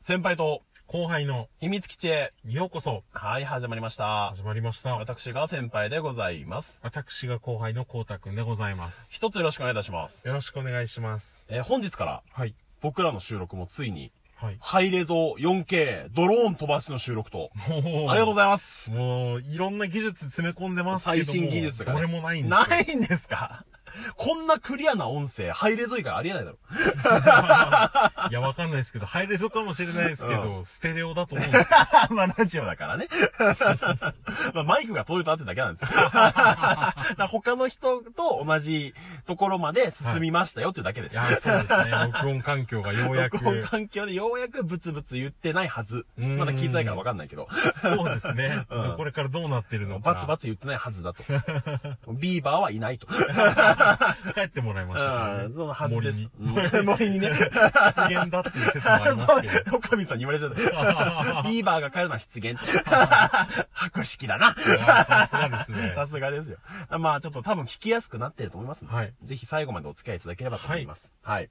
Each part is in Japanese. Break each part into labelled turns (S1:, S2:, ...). S1: 先輩と
S2: 後輩の
S1: 秘密基地へ。
S2: ようこそ
S1: はい、始まりました。
S2: 始まりました。
S1: 私が先輩でございます。
S2: 私が後輩のこうたくんでございます。
S1: 一つよろしくお願いいたします。
S2: よろしくお願いします。
S1: えー本日から
S2: はい。
S1: 僕らの収録もついに、
S2: はい。
S1: ハイレゾ 4K ドローン飛ばしの収録と、
S2: あり
S1: ありがとうございます。
S2: もう、いろんな技術詰め込んでますけど
S1: 最
S2: も
S1: 新技術が、ね。
S2: どれもないんですよ
S1: ないんですかこんなクリアな音声、ハイレゾ以外ありえないだ ろ。
S2: いや、わかんないですけど、入れそうかもしれないですけど、ステレオだと思うん
S1: まあ、ラジオだからね。 まあ、マイクが遠いとあってだけなんです よ。 だから他の人と同じところまで進みましたよっていうだけで
S2: い
S1: す。
S2: や、そうですね。録音環境がようやく。
S1: 録音環境でようやくブツブツ言ってないはず。
S2: うーん
S1: まだ聞いてないからわかんないけど。
S2: そうですね。ちょっ
S1: う
S2: と
S1: ん
S2: これからどうなってるのか。
S1: バツバツ言ってないはずだと。ビーバーはいないと。
S2: 帰ってもらいましたから
S1: う
S2: ね
S1: ん。そのはずです。
S2: 森
S1: うん 森にね。
S2: 出現だっていう説もありますけ ど。
S1: そう、神さんに言われちゃ った。ビーバーが帰るのは失言。白式だな。
S2: いやさすがですね。
S1: さすがですよ。まあちょっと多分聞きやすくなってると思いますので、
S2: はい
S1: ぜひ最後までお付き合いいただければと思います。はい。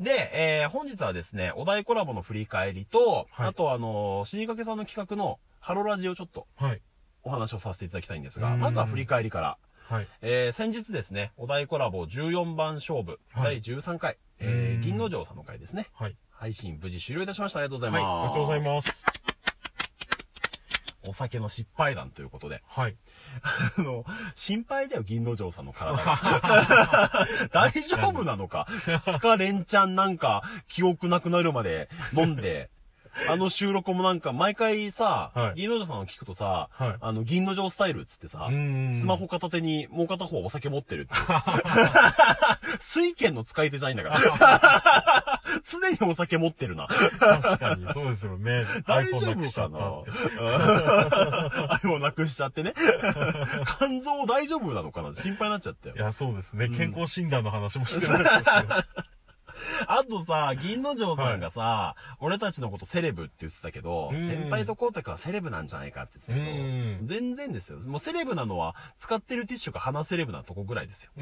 S1: で、えー本日はですね、お題コラボの振り返りと、
S2: はい
S1: あとあのー死にかけさんの企画のハロラジをちょっと
S2: はい。
S1: お話をさせていただきたいんですが、
S2: うん
S1: まずは振り返りから。
S2: はい。
S1: えー先日ですね、お題コラボ14番勝負、
S2: はい
S1: 第13回、え
S2: う
S1: ー
S2: ん
S1: 銀之丞さんの回ですね。
S2: はい。
S1: 配信無事終了いたしました。ありがとうござい
S2: は
S1: ま
S2: い。
S1: す。
S2: ありがとうござい
S1: す。
S2: ます。
S1: お酒の失敗談ということで。
S2: はい。
S1: あの、心配だよ、銀之丞さんの体が。大丈夫なのか ?2 日連チャンなんか、記憶なくなるまで飲んで、あの収録もなんか、毎回さ、
S2: はい
S1: 銀之丞さんを聞くとさ、
S2: はい
S1: あの、銀之丞スタイルっつってさ
S2: う、ーん
S1: スマホ片手にもう片方はお酒持ってるっていう。 水拳の使い手じゃないんだから。常にお酒持ってるな。
S2: 確かに。そうですよね。
S1: 大丈
S2: iPhone なく
S1: 夫
S2: しちゃ
S1: か
S2: ったって
S1: なあれをなくしちゃってね。肝臓大丈夫なのかな心配になっちゃったよ
S2: い。や、そうですね。健康診断の話もしてましたし。
S1: あとさ、銀之丞さんがさ、俺たちのことセレブって言ってたけど、
S2: うん
S1: 先輩と光太くんはセレブなんじゃないかって言ってた けど、
S2: うん
S1: 全然ですよ。もうセレブなのは、使ってるティッシュが鼻セレブなとこぐらいですよ。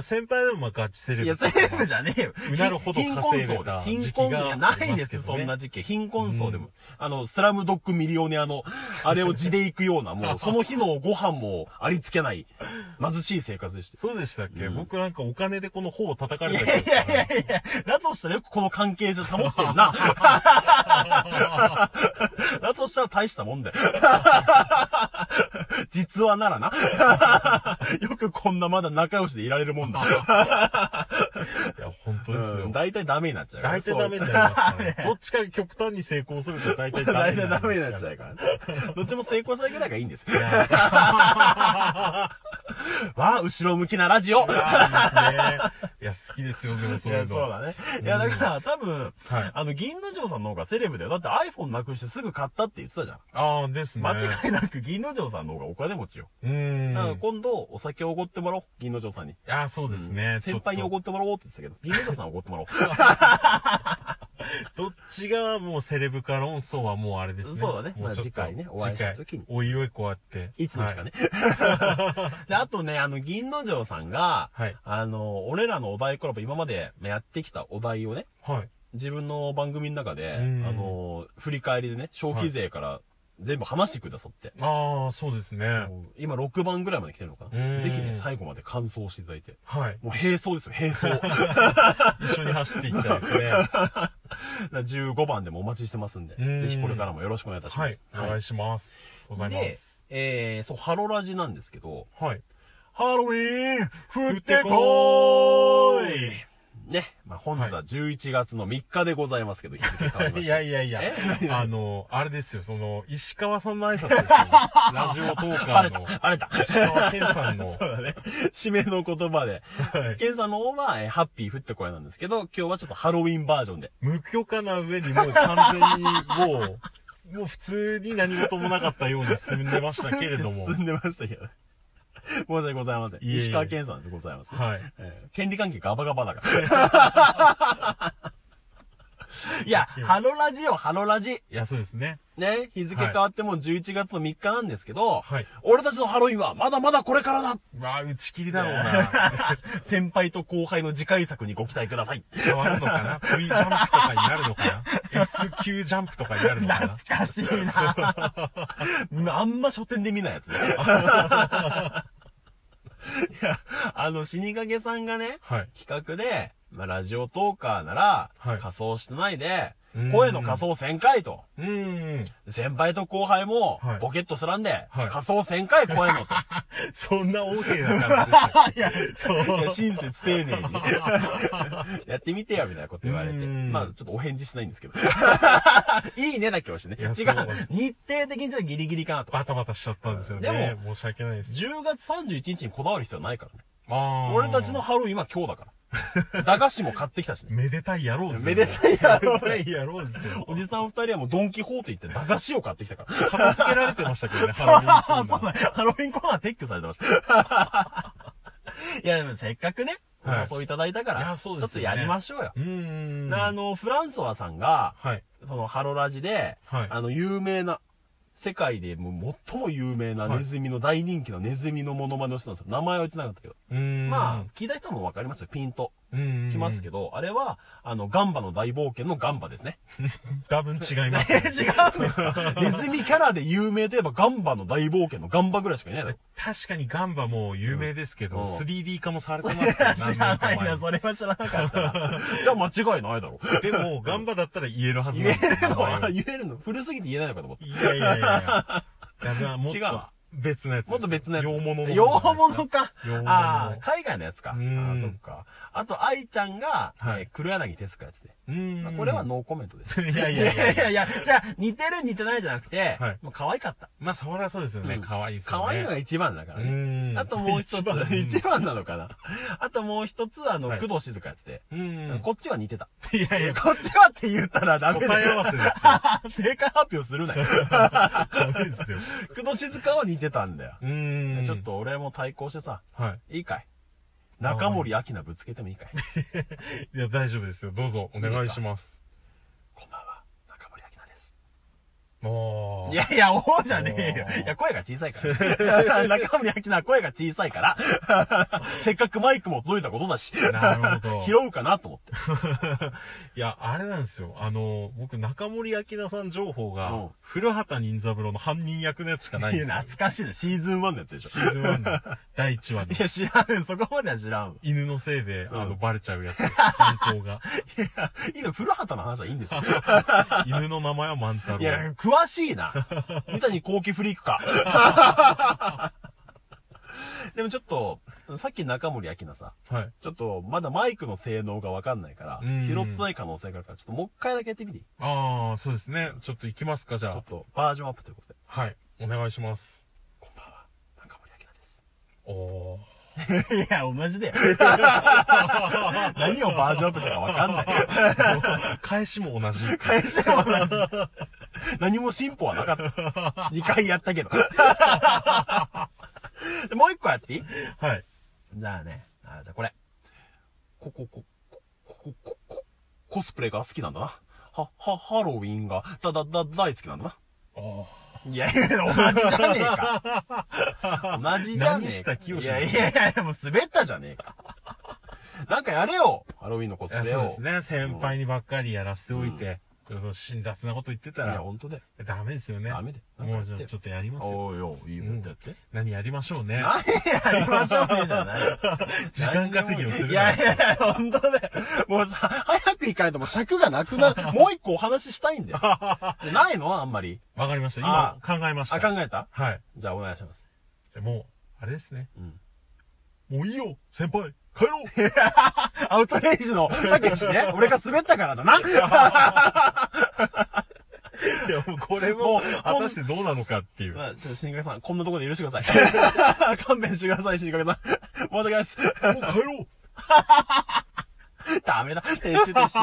S2: 先輩でもまあガチセレブ。
S1: いや、セレブじゃねえよ。
S2: うなるほど
S1: 貧困
S2: 稼いで
S1: 層で
S2: た
S1: す。貧
S2: 時
S1: 困、
S2: 期
S1: いや、
S2: が
S1: な
S2: あり
S1: い
S2: ま
S1: です
S2: け
S1: す、
S2: どね
S1: そんな時期。貧困層でも。あの、スラムドッグミリオネアの、 あれを地で行くような、 もう、その日のご飯もありつけない、貧しい生活でしたよ。
S2: そうでしたっけ、僕なんかお金でこの頬を叩か
S1: い
S2: れ
S1: や
S2: た
S1: い
S2: けど
S1: やいやいや、だとしたらよくこの関係性保って るな。だとしたら大したもんだよ。 実はなら な。よくこんなまだ仲良しでいられる もんだ。
S2: いや、本当ですよ。
S1: うん大体ダメになっちゃうから。
S2: 大体ダメになりますからね。どっちかが極端に成功すると大体
S1: そう
S2: ダメ
S1: 大
S2: に
S1: 体ダ
S2: なります
S1: メになっちゃうから。どっちも成功しないぐらいがいいんです。
S2: いや
S1: わあ、後ろ向きなラジオ
S2: あーいいですね。いや、好きですよ、でも
S1: い
S2: そうい
S1: や、
S2: う
S1: そう
S2: の。
S1: だね。いや、だから、多分、
S2: はい
S1: あの、銀之丞さんの方がセレブだよ。だって iPhone なくしてすぐ買ったって言ってたじゃん。
S2: ああ、ですね。
S1: 間違いなく銀之丞さんの方がお金持ちよ。
S2: う
S1: だか
S2: ー
S1: ら
S2: ん。
S1: 今度、お酒をおごってもらおう。銀之丞さんに。
S2: いや、そうですね。
S1: 先輩にお
S2: ちょっ
S1: ごってもらおうって言ってたけど、銀之丞さんおごってもらおう。
S2: とどっちがもうセレブか論争はもうあれですね。
S1: そうだね
S2: もちょっ
S1: まあ
S2: と
S1: 次回ねお会いした時に
S2: 次回おいおいこうやって。
S1: いつの日かね。で、あとね、あの、銀之丞さんが、
S2: はい。
S1: あの、俺らのお題コラボ、今までやってきたお題をね、
S2: はい。はい。
S1: 自分の番組の中で、あ
S2: うん
S1: の、振り返りでね、消費税から全部話してくださって。
S2: ああ、そうですね。
S1: もう今6番ぐらいまで来てるのか
S2: う
S1: な。
S2: ん
S1: ぜひね、最後まで感想していただいて。
S2: はい。
S1: もう並走ですよ、並走。
S2: 一緒に走っていきたいですね。
S1: 15番でもお待ちしてますんで、
S2: うん
S1: ぜひこれからもよ ろしくお願いいたしま
S2: はい
S1: す。。
S2: お願いします。ございま
S1: で、
S2: す。
S1: えー、そう、ハロラジなんですけど、
S2: はい。
S1: ハロウィーン降って
S2: 降
S1: こ
S2: ってこ
S1: ーいね、まあ、本日は11月の3日でございますけど、日付変わりま
S2: い
S1: し
S2: や
S1: た。
S2: いやいや
S1: え、
S2: あの、あれですよ、その、石川さんの挨拶で すよ。ラジオトー
S1: バ
S2: カ
S1: レ
S2: ー
S1: た
S2: の、
S1: バ レた
S2: 石川健さんの、
S1: そうだね。締めの言葉で。
S2: はい
S1: ケンさんの方は、えーハッピー降ってこいなんですけど、今日はちょっとハロウィンバージョンで。
S2: 無許可な上にもう完全に、もう、もう普通に何事もなかったように進んでましたけれど も。
S1: 進んでましたけどね。申し訳ございません。
S2: いえいえ
S1: 石川健さんでございます。
S2: はい。
S1: えー権利関係ガバガバだから。 いや、ハロラジよ、ハロラジ。
S2: いや、そうですね。
S1: ね、日付変わってもう11月の3日なんですけど、
S2: はい
S1: 俺たちのハロウィンはまだまだこれからだ
S2: まあ、打ち切りだろうな。
S1: 先輩と後輩の次回作にご期待ください。
S2: 変わるのかな ?V ジャンプとかになるのかな ?S 急ジャンプとかになるのか
S1: 懐
S2: な
S1: かしいなあんま書店で見ないやつね。 いや、あの、死神さんがね、
S2: はい。
S1: 企画で、まあ、ラジオトーカーなら、
S2: はい
S1: 仮装してないで
S2: うん、
S1: 声の仮装1000回と。
S2: うーん。
S1: 先輩と後輩も
S2: はい、
S1: ボケっとすらんで、
S2: はい
S1: 仮装1000回声 のと。
S2: そんな OK な感
S1: いや、
S2: じですね。
S1: い
S2: そう
S1: や。親切丁寧に。 やってみてよ、みたいなこと言われて。
S2: うん
S1: まあ、ちょっとお返事しないんですけど。 いいねだけ押してね。
S2: い
S1: 違
S2: や
S1: う
S2: そうなんです。
S1: 日程的にちょっとギリギリかなと。
S2: バタバタしちゃったんですよね。申し訳ないです。
S1: 10月31日にこだわる必要ないからね。
S2: あー
S1: 俺たちの。ハロウィンは今日だから。駄菓子も買ってきたしね。
S2: めでたい野郎ですよ。
S1: めでたい野郎
S2: めでたい野郎ですよ。
S1: おじさん二人はもうドンキホーテ行って駄菓子を買ってきたから。
S2: 片付けられてましたけどね、ハロウィ
S1: あ
S2: ン
S1: そう
S2: 君
S1: だハロウィンコーナー撤去されてました。 いや、でもせっかくね、お
S2: はい
S1: 誘いいただいたから、
S2: い
S1: ち
S2: や
S1: ょ
S2: そう
S1: っ
S2: ですよね
S1: とやりましょうよ。
S2: うーん。
S1: あの、フランソワさんが、
S2: はい。
S1: そのハロラジで、
S2: はい。
S1: あの、有名な、世界でもう最も有名なネズミの、大人気のネズミのモノマネをしてたんですよ。名前は言ってなかったけど。
S2: うーん。
S1: まあ、聞いた人もわかりますよ。ピンと
S2: あ、うん。
S1: きますけど、あれは、あの、ガンバの大冒険のガンバですね。
S2: 多分違います。
S1: 違うんですかネズミキャラで有名といえばガンバの大冒険のガンバぐらいしかいないだろ。
S2: 確かにガンバも有名ですけ
S1: うん
S2: ど、3D 化もされてますから
S1: 知らないな、
S2: 何年か
S1: それは知らなかったな。じゃあ間違いないだろ。
S2: 前にでも、ガンバだったら言えるはず
S1: 言
S2: なん
S1: え
S2: です
S1: るの
S2: よ名前
S1: は、
S2: を
S1: 言えるの古すぎて言えないのかと思って。
S2: いやいやいやいや。いやもっ
S1: 違う
S2: と
S1: わ
S2: 別のやつです。
S1: もっと別のやつ。
S2: 洋物の。
S1: 洋物か。
S2: 洋物の
S1: ああ、海外のやつか。ああ
S2: うん
S1: ー、そっか。あと、愛ちゃんが、
S2: はい
S1: えー黒柳徹子やってて。
S2: うーん。
S1: これはノーコメントです。
S2: いやい
S1: い
S2: や
S1: や
S2: いや
S1: い
S2: いや。
S1: やいや、じゃあ、似てる似てないじゃなくて、
S2: はい
S1: もう可愛かった。
S2: まあ、そりゃそうですよ
S1: う
S2: ね
S1: ん。
S2: 可愛いですよね。
S1: 可愛いのが一番だからね。
S2: うん。
S1: あともう一つ、
S2: 一
S1: 一番
S2: 番
S1: なのかな。あともう一つ、あの、
S2: はい
S1: 工藤静香やってて、
S2: うん。
S1: こっちは似てた。
S2: いやいや、
S1: こっちはって言ったらダメだ
S2: 答え合
S1: よ。
S2: わせですよ。
S1: 正解発表するな よ。
S2: ダメですよ。
S1: 工藤静香は似てたんだよ。
S2: うーん。
S1: ちょっ。と俺も対抗してさ、
S2: はい
S1: いかい中森明菜ぶつけてもいいかい
S2: い。いや、大丈夫ですよ。どうぞ、お願いします。
S1: こんばんは、中森明菜です。
S2: も。
S1: いうやいや、おうじゃねえよ
S2: おー。
S1: いや、声が小さいから。 中森明菜は声が小さい から。せっかくマイクも届いたことだし。
S2: なるほ ど。
S1: 拾うかなと思って。
S2: いや、あれなんですよ。あの、僕、中森明菜さん情報
S1: う
S2: が
S1: ん、
S2: 古畑任三郎の犯人役のやつしかないん
S1: いや
S2: ですよ。
S1: 懐かしいね。シーズン1のやつでしょ。
S2: シーズン1の第1話 で
S1: い。や、知らん。そこまでは知らんわ。
S2: 犬のせいで、あ
S1: う
S2: の、
S1: ん
S2: バレちゃう やつです。犯行が。
S1: いや、いいの、古畑の話はいいん ですよ。
S2: 犬の名前は万太郎。
S1: いや、詳しいな。三谷幸喜フリークか。 でもちょっと、さっき中森明菜さ、
S2: はい。
S1: ちょっとまだマイクの性能がわかんないから、
S2: うん
S1: 拾ってない可能性があるから、ちょっともう一回だけやってみていい
S2: ああ、そうですね。ちょっと行きますか、じ
S1: ちょ
S2: ゃ
S1: っとバージョンアップということで。
S2: あ。はい。お願いします。
S1: こんばんは、中森明菜です。
S2: おー。
S1: いや、同じだよ。 何をバージョンアップしたかわかんない。
S2: 返しも同じ。
S1: 返しは同じ。何も進歩はなかった。2回やったけど。 もう一個やっていい
S2: はい。
S1: じゃあね。あじゃあこれ。ここ、こ、こ、こ、こ、こ、コスプレが好きなんだな。は、は、ハロウィンが、だ、だ、だ、大好きなんだ
S2: おー。
S1: な。いやいや、同じじゃねえか。同じじゃねえか。
S2: 何した清
S1: い
S2: 志
S1: やいやいや、もう滑ったじゃねえか。なんかやれよハロウィンのコス
S2: い
S1: プレ
S2: や
S1: を。
S2: そうですね。先輩にばっかりやらせておいて、その辛辣なこと言って
S1: い
S2: た
S1: や、
S2: ら、
S1: 本当だよ。
S2: ダメですよね。
S1: ダメだよなんかや
S2: もう
S1: って
S2: じ
S1: よ
S2: ゃあちょっとやりますよ。
S1: おうよ、いいよ、
S2: うん
S1: やって。
S2: 何やりましょうね。
S1: 何やりましょうね、じゃない。
S2: 時間稼ぎをする
S1: い
S2: な
S1: やいやいや、本当だよ。もうさ、早く行かないともう尺がなくなる。もう一個お話ししたいんだよ。じゃないのあんまり。
S2: わかりました。
S1: あ
S2: 今、考えました。
S1: あ、考えた
S2: はい。
S1: じゃあお願いします。
S2: じゃあもう、あれですね。
S1: うん
S2: もういいよ、先輩帰ろう
S1: アウトレイジのたけしね。俺が滑ったからだな。
S2: いや、もうこれ
S1: もう
S2: も、果たしてどうなのかっていう。
S1: まあ、ちょっと新垣さん、こんなところで許してください。勘弁してください、新垣さん。申し訳ないです。
S2: もう帰ろう
S1: ダメだ。撤収撤収。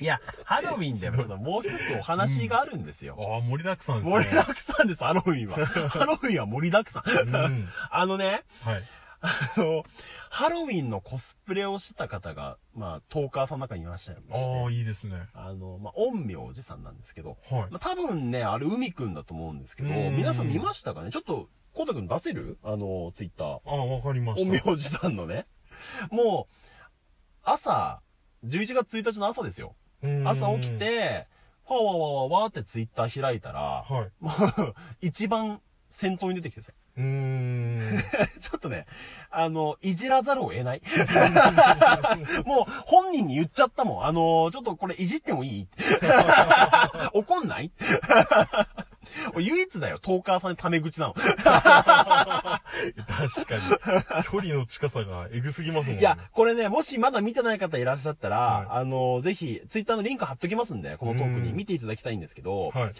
S1: いや、ハロウィンでもちょっともう一つお話があるんですよ。
S2: ああ、盛りだくさんですね。
S1: 盛りだくさんです、ハロウィ ンは。ハロウィンは盛りだくさん。
S2: ん
S1: あのね、
S2: はい。
S1: あの、ハロウィンのコスプレをしてた方が、まあ、トーカーさんの中にいらっしゃいまして、
S2: ああ、いいですね。
S1: あの、まあ、陰陽寺さんなんですけど、
S2: はい
S1: ま。あ、多分ね、あれ海くんだと思うんですけど、
S2: うん
S1: 皆さん見ましたかねちょっと、コウタくん出せるあの、ツイッター。
S2: ああ、わかりまし
S1: 陰陽
S2: た。
S1: 寺さんのね。もう、朝、11月1日の朝ですよ。
S2: うん
S1: 朝起き、て、わわわわわーってツイッター開いたら、
S2: はい。
S1: もう、一番先頭に出てきてさ、
S2: うーん。
S1: ちょっとね、あの、いじらざるを得 ない。もう、本人に言っちゃったもん。あの、ちょっとこれいじってもいい 怒んない唯一だよ、トーカーさんにタメ口なの。
S2: 確かに。距離の近さがエグすぎますもんね。
S1: いや、これね、もしまだ見てない方いらっしゃったら、
S2: は
S1: あの、ぜひ、ツイッターのリンク貼っときますんで、このトークに
S2: うん
S1: 見ていただきたいんですけど、
S2: はい。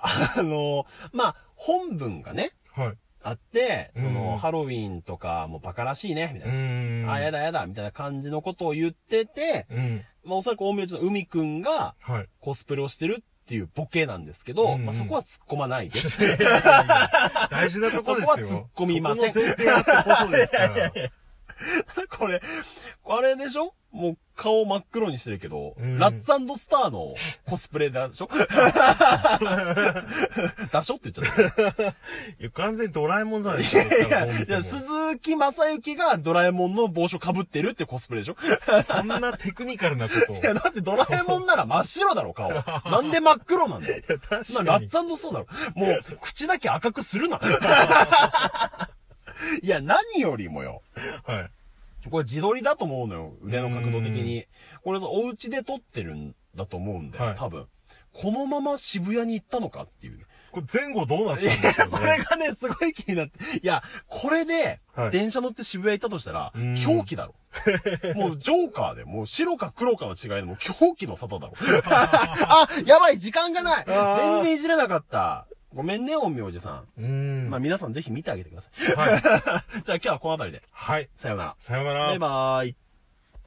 S1: あの、まあ、本文がね、
S2: はい。
S1: あって、その、
S2: うん
S1: ハロウィンとか、もうバカらしいね、みた
S2: う
S1: い
S2: ーん。
S1: な。あ、やだやだ、みたいな感じのことを言ってて、
S2: うん。
S1: まあ、おそらく大宮地の海くんが
S2: はい。
S1: コスプレをしてるっていうボケなんですけど、
S2: うん
S1: まあ、そこは突っ込まないです。
S2: 大事なところですよ。
S1: そこは突っ込みません
S2: そこの前提あってこそですから。
S1: これ、あれでしょもう顔真っ黒にしてるけど、
S2: うん
S1: ラッツスターのコスプレだでしょ だしょって言っちゃっ
S2: いや、完全にドラえもんじゃないですか。
S1: た。いや
S2: どう見
S1: い
S2: ても
S1: や、鈴木正幸がドラえもんの帽子をかぶってるってコスプレでしょ
S2: そんなテクニカルなことを。い
S1: いや、だってドラえもんなら真っ白だろ、顔。なんで真っ黒なんだよ。
S2: や確
S1: まあ、
S2: か
S1: ラッ
S2: に。
S1: ツそうだろ。も う、口だけ赤くするな。 いや、何よりもよ。
S2: はい。
S1: これ自撮りだと思うのよ。腕の角度的に。これさ、お家で撮ってるんだと思うんだよ、
S2: はい
S1: 多分。このまま渋谷に行ったのかっていうね。
S2: これ前後どうなったん
S1: い
S2: で
S1: や
S2: しょ、う
S1: それ
S2: ね。
S1: がね、すごい気になって。いや、これで、
S2: はい
S1: 電車乗って渋谷行ったとしたら
S2: う、ん
S1: 狂気だ ろ。もうジョーカーで、もう白か黒かの違いでもう狂気の沙 汰だろ。あ、やばい、時間がない
S2: あー
S1: 全然いじれなかった。ごめんね、おみおじさ
S2: うーん。
S1: ん。まあ
S2: はい。
S1: 皆さんぜひ見てあげてください。じゃあ今日はこの辺りで。
S2: はい。
S1: さような
S2: さような
S1: ら。
S2: ら
S1: バイ。バーイ。